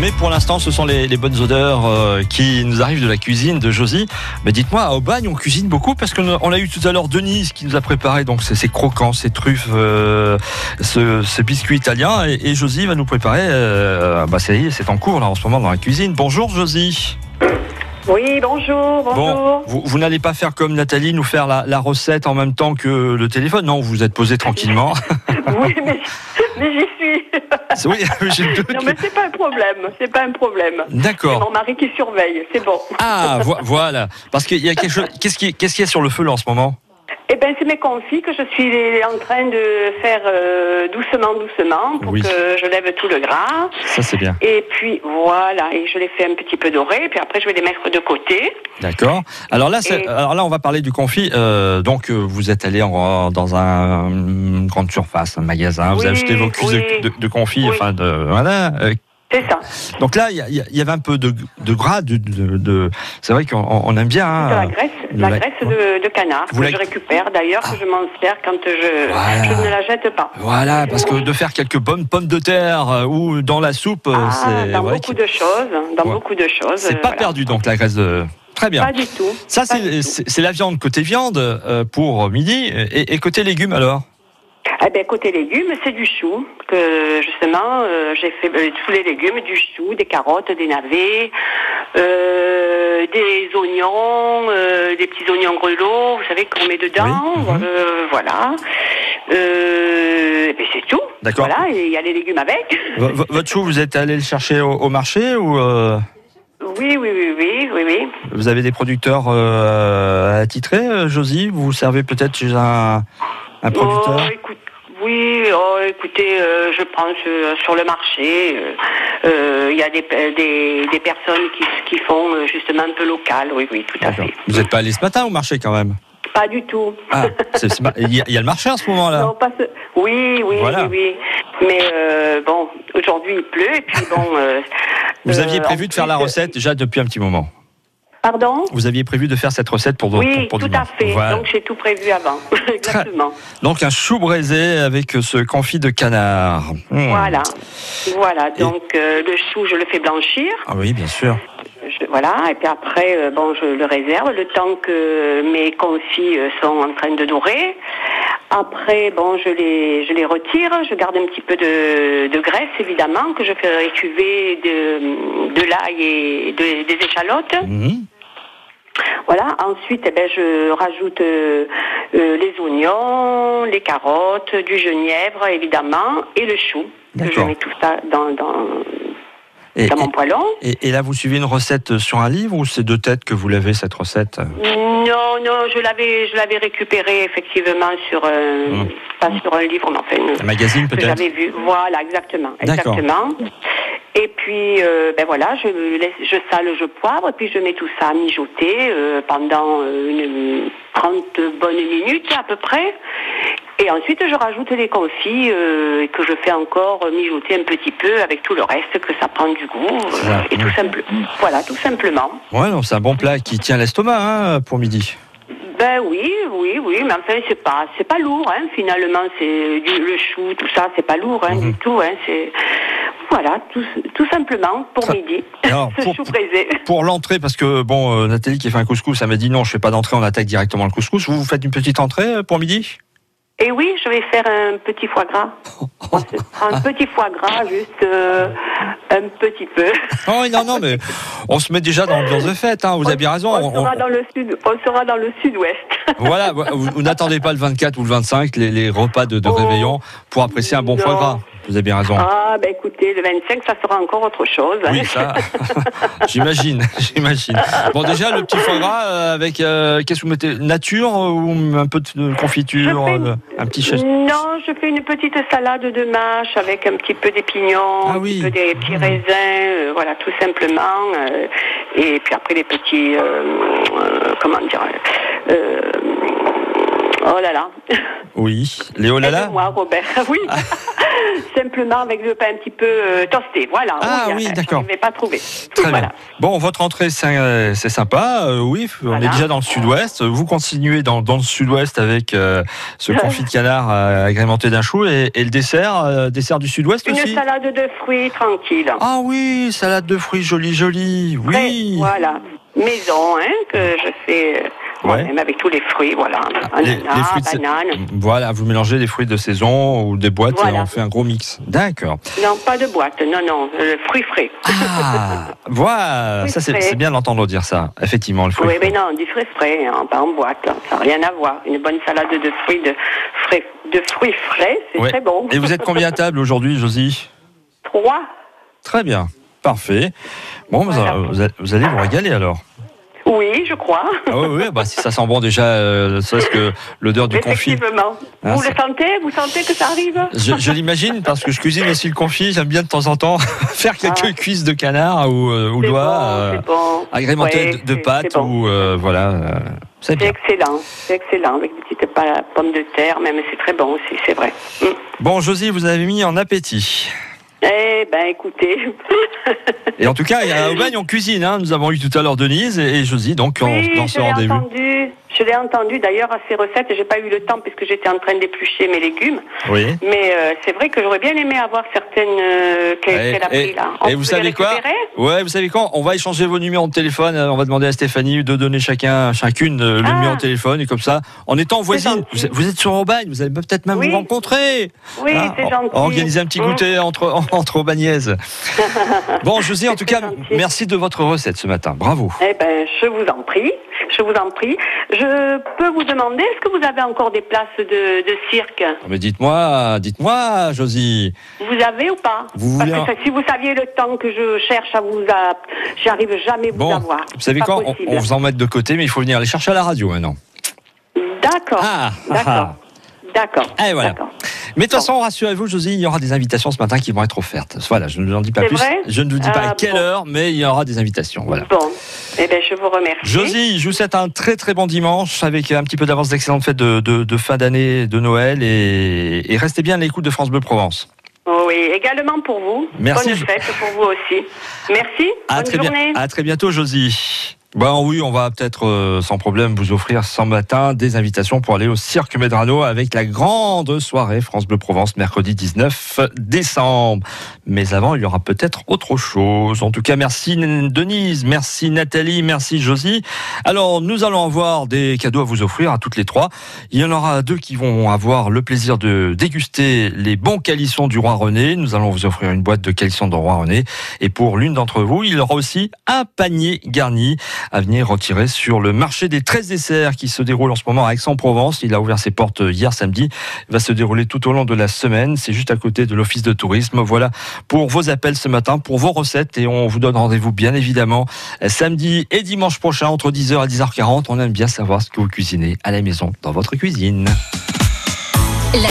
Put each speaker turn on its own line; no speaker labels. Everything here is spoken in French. Mais pour l'instant, ce sont les, les bonnes odeurs euh, qui nous arrivent de la cuisine de Josie. Mais dites-moi, à Aubagne, on cuisine beaucoup parce qu'on on a eu tout à l'heure Denise qui nous a préparé donc ces, ces croquants, ces truffes, euh, ce, ce biscuit italien. Et, et Josie va nous préparer. euh, bah, ça y est, c'est en cours là en ce moment dans la cuisine. Bonjour Josie.
Oui, bonjour, bonjour.
Vous, vous n'allez pas faire comme Nathalie, nous faire la, la recette en même temps que le téléphone. Non, vous vous êtes posé tranquillement.
Oui, mais, mais j'y suis.
oui, j'ai le doute.
Non, mais c'est pas un problème, c'est pas un problème. C'est
D'accord.
mon mari qui surveille, c'est bon.
Ah, vo- voilà. Parce qu'il y a quelque chose. Qu'est-ce qui- qu'est-ce qu'il y a sur le feu là en ce moment
Eh bien, c'est mes confits que je suis en train de faire euh, doucement, doucement, pour
Oui.
que je lève tout le gras.
Ça, c'est bien.
Et puis, voilà, et je les fais un petit peu dorer, puis après, je vais les mettre de côté.
D'accord. Alors là, c'est-
Et-
alors là, on va parler du confit. Euh, donc, euh, vous êtes allé en- dans un, une grande surface, un magasin. vous
Oui,
avez acheté vos cuisses
oui.
de, de- de confit.
Oui.
Enfin, de, voilà. Euh,
C'est ça,
Donc là, il y a- il y, a- il y avait un peu de, de gras. De, de- de- c'est vrai qu'on on aime bien.
c'est la
hein.
graisse,
de
la
la-
graisse de, de canard
Vous
que
la-
je récupère d'ailleurs, que je m'en sers quand je,
Voilà.
je ne la jette pas.
Voilà, parce que de faire quelques bonnes pommes de terre euh, ou dans la soupe, euh,
Ah,
c'est
dans
vrai
beaucoup
que
de choses, dans
Ouais.
beaucoup de choses.
c'est
euh,
pas
voilà.
perdu. Donc la graisse de très bien.
Pas du tout.
Ça,
Pas
c'est
du tout.
c'est- c'est la viande. Côté viande, euh, pour midi, et, et côté légumes, alors
Eh ben, côté légumes, c'est du chou. Que justement, euh, j'ai fait euh, tous les légumes, du chou, des carottes, des navets, euh, des oignons, euh, des petits oignons grelots, vous savez qu'on met dedans.
Oui, mhm.
euh, voilà. Euh, et ben, c'est tout.
D'accord.
Voilà, et il y a les légumes avec.
V- v- Votre chou, vous êtes allé le chercher au, au marché ou euh,
Oui, oui, oui, oui, oui, oui.
vous avez des producteurs euh, attitrés, euh, Josie Vous vous servez peut-être chez un, un producteur
Oh, écoute, oui, oh, écoutez, euh, je pense euh, sur le marché, euh, euh, il y a des, des, des personnes qui, qui font euh, justement un peu local, oui, oui, tout à
D'accord.
fait.
Vous n'êtes pas allé ce matin au marché quand même
Pas du tout.
Ah, c'est- c'est mar- il y, a- il y a le marché à ce moment-là
Non, pas ce- Oui, oui,
Ah. Voilà.
oui, oui. Mais euh, bon, aujourd'hui il pleut et puis bon. euh,
Vous
euh,
aviez
en
prévu de faire
plus,
la
euh,
recette déjà depuis un petit moment.
Pardon
Vous aviez prévu de faire cette recette pour,
Oui,
pour, pour
tout à
dimanche.
fait.
Voilà.
Donc j'ai tout prévu avant. Exactement.
Donc un chou braisé avec euh, ce confit de canard. Hmm.
Voilà. Voilà.
Et-
Donc euh, le chou, je le fais blanchir.
Ah oui, bien sûr.
Je- voilà, et puis après, euh, bon, je le réserve le temps que mes confits euh, sont en train de dorer. Après, bon, je les, je les retire, je garde un petit peu de, de graisse, évidemment, que je fais récuver de, de l'ail et de- des échalotes.
Mhm.
Voilà, ensuite, eh ben, je rajoute euh, euh, les oignons, les carottes, du genièvre, évidemment, et le chou. Je
D'accord.
mets tout ça dans, dans,
Et,
dans mon poêlon.
et- et là, vous suivez une recette sur un livre ou c'est de tête que vous l'avez cette recette
Non, non, je l'avais, je l'avais récupéré effectivement sur un,
Mm.
pas sur un livre, mais enfin, une-
Un magazine
que
peut-être
j'avais vu. Voilà, exactement,
D'accord.
exactement. Et puis, euh, ben voilà, je laisse, je sale, je poivre, et puis je mets tout ça à mijoter euh, pendant euh, une 30 bonnes minutes à peu près. Et ensuite, je rajoute les confits euh, que je fais encore mijoter un petit peu avec tout le reste que ça prend du goût. euh,
C'est ça,
et tout
mm.
simple, voilà, tout simplement.
Ouais, non, c'est un bon plat qui tient l'estomac hein, pour midi.
Ben oui, oui, oui, mais enfin c'est pas, c'est pas lourd, hein, finalement, c'est du- le chou, tout ça, c'est pas lourd, hein,
Mhm.
du tout, hein, c'est, voilà, tout, tout simplement pour
Ça-
midi,
Alors,
ce
pour,
chou braisé.
pour l'entrée, parce que bon, euh, Nathalie qui fait un couscous, elle m'a dit non, je fais pas d'entrée, on attaque directement le couscous. Vous, vous faites une petite entrée euh, pour midi
Et oui, je vais faire un petit foie gras, un petit foie gras, juste euh, un petit peu.
Oh, non, non, mais on se met déjà dans l'ambiance de fête, hein, vous avez bien raison.
On,
on-
sera dans le sud, on sera dans le sud-ouest.
Voilà, vous, vous n'attendez pas le 24 ou le 25, les, les repas de, de
Oh.
réveillon, pour apprécier un bon foie
Non.
gras. Vous avez bien raison.
Ah ben écoutez, le 25, ça sera encore autre chose. hein.
Oui, ça, j'imagine, j'imagine. Bon, déjà, le petit foie gras euh, avec, euh, qu'est-ce que vous mettez Nature euh, ou un peu de confiture,
Je fais-
euh, un petit chef
Non, je fais une petite salade de mâche avec un petit peu d'épignons,
Ah
un
oui.
petit peu des petits raisins, euh, voilà, tout simplement. euh, et puis après les petits, euh, euh, comment dire, euh, Oh là là.
Oui. Les oh là là Ah.
Moi, Robert. Oui. Simplement avec le pain un petit peu euh, tosté. Voilà.
Ah oui, d'accord.
Je ne vais pas trouver.
Très
voilà.
bien. Bon, votre entrée, c'est euh, c'est sympa. Euh, oui, on
Voilà.
est déjà dans le sud-ouest. Vous continuez dans, dans le sud-ouest avec euh, ce confit de canard euh, agrémenté d'un chou et, et le dessert, euh, dessert du sud-ouest
Une
aussi
salade de fruits tranquille.
Ah oui, salade de fruits, jolie, jolie.
Très-
Oui.
Voilà. Maison, hein, que je fais euh, moi-même avec tous les fruits, voilà.
Ah, les-
Ananas,
les fruits de-
banane.
Voilà, vous mélangez des fruits de saison ou des boîtes et
Voilà.
on fait un gros mix. D'accord.
Non, pas de boîte, non, non, euh, le fruit frais.
Ah, voilà, ça c'est
Fruits frais.
c'est bien d'entendre dire ça, effectivement, le fruit.
Oui, mais non, du fruit frais, hein, pas en boîte, hein, ça n'a rien à voir. Une bonne salade de fruits, de, frais, de fruits frais, c'est
Ouais.
très bon.
Et vous êtes combien à table aujourd'hui, Josie
Trois
Très bien, parfait. Bon, vous-
Voilà.
vous, allez- vous allez vous régaler alors.
Oui, je crois.
Ah oui, oui, bah, si ça sent bon déjà, euh, ne serait-ce que l'odeur du confit.
Effectivement.
Ah,
vous
ça-
le sentez Vous sentez que ça arrive
Je, je l'imagine parce que je cuisine aussi le confit. J'aime bien de temps en temps faire quelques
Ah.
cuisses de canard ou, euh, ou
C'est
doigts
bon,
euh,
c'est bon.
agrémentées
Ouais,
de- de,
c'est-
pâtes
c'est bon.
ou euh, voilà. euh, c'est
C'est
bien.
excellent, c'est excellent, avec des petites pa- pommes de terre, même c'est très bon aussi, c'est vrai. Mm.
Bon, Josie, vous avez mis en appétit.
Eh ben écoutez,
Et en tout cas, à Aubagne, on cuisine. hein. Nous avons eu tout à l'heure Denise et, et Josie, donc en-
oui,
dans
je
ce
l'ai
rendez-vous.
entendu, je l'ai entendu d'ailleurs à ces recettes, j'ai pas eu le temps puisque j'étais en train d'éplucher mes légumes,
Oui.
mais euh, c'est vrai que j'aurais bien aimé avoir certaines euh, qu'elle
Et-
qu'elle a
et-
pris là.
et Eh, vous
peut
savez
les
quoi
récupérer
Ouais, vous savez quoi On va échanger vos numéros de téléphone. Euh, On va demander à Stéphanie de donner chacun, chacune euh, le
Ah.
numéro de téléphone. Et comme ça, en étant voisine,
gentil.
vous, êtes- vous êtes sur Aubagne, vous allez peut-être même
Oui.
vous rencontrer.
Oui,
Ah,
c'est
on-
gentil.
on va Organiser un petit
Mm.
goûter entre, entre Aubagnaises. bon, Josie, en
C'est
tout
très
cas,
gentil.
merci de votre recette ce matin. Bravo.
Eh ben, je vous en prie, je vous en prie. Je peux vous demander, est-ce que vous avez encore des places de, de cirque
Mais dites-moi, dites-moi, Josie.
Vous avez ou pas
Vous
Parce
voulez
que si vous saviez le temps que je cherche à vous, à... j'arrive jamais à vous
Bon,
avoir.
vous savez
C'est pas
quoi on,
possible.
on vous en met de côté, mais il faut venir les chercher à la radio maintenant.
D'accord.
Ah, ah, ah.
D'accord. D'accord.
Eh, voilà.
D'accord.
Mais de toute façon, rassurez-vous, Josie, il y aura des invitations ce matin qui vont être offertes. Voilà, je ne vous en dis pas
C'est
plus.
vrai
je ne vous dis pas à
Ah,
quelle
bon.
heure, mais il y aura des invitations. Voilà.
Bon, eh ben, je vous remercie.
Josie, je vous souhaite un très très bon dimanche avec un petit peu d'avance d'excellentes fêtes de, de- de fin d'année, de Noël et, et restez bien à l'écoute de France Bleu Provence.
Oh Oui, également pour vous.
Merci,
Bonne
Jo-
fête pour vous aussi. Merci.
À
Bonne
très, bien-
journée.
à très bientôt, Josie. Ben oui, on va peut-être euh, sans problème vous offrir ce matin des invitations pour aller au Cirque Medrano avec la grande soirée France Bleu Provence mercredi 19 décembre. Mais avant, il y aura peut-être autre chose. En tout cas, merci N- Denise, merci Nathalie, merci Josie. Alors, nous allons avoir des cadeaux à vous offrir à toutes les trois. Il y en aura deux qui vont avoir le plaisir de déguster les bons calissons du roi René. Nous allons vous offrir une boîte de calissons du roi René. Et pour l'une d'entre vous, il y aura aussi un panier garni à venir retirer sur le marché des 13 desserts qui se déroule en ce moment à Aix-en-Provence. Il a ouvert ses portes hier samedi. Il va se dérouler tout au long de la semaine. C'est juste à côté de l'office de tourisme. Voilà pour vos appels ce matin, pour vos recettes. Et on vous donne rendez-vous bien évidemment samedi et dimanche prochain entre 10h et 10h40. On aime bien savoir ce que vous cuisinez à la maison, dans votre cuisine.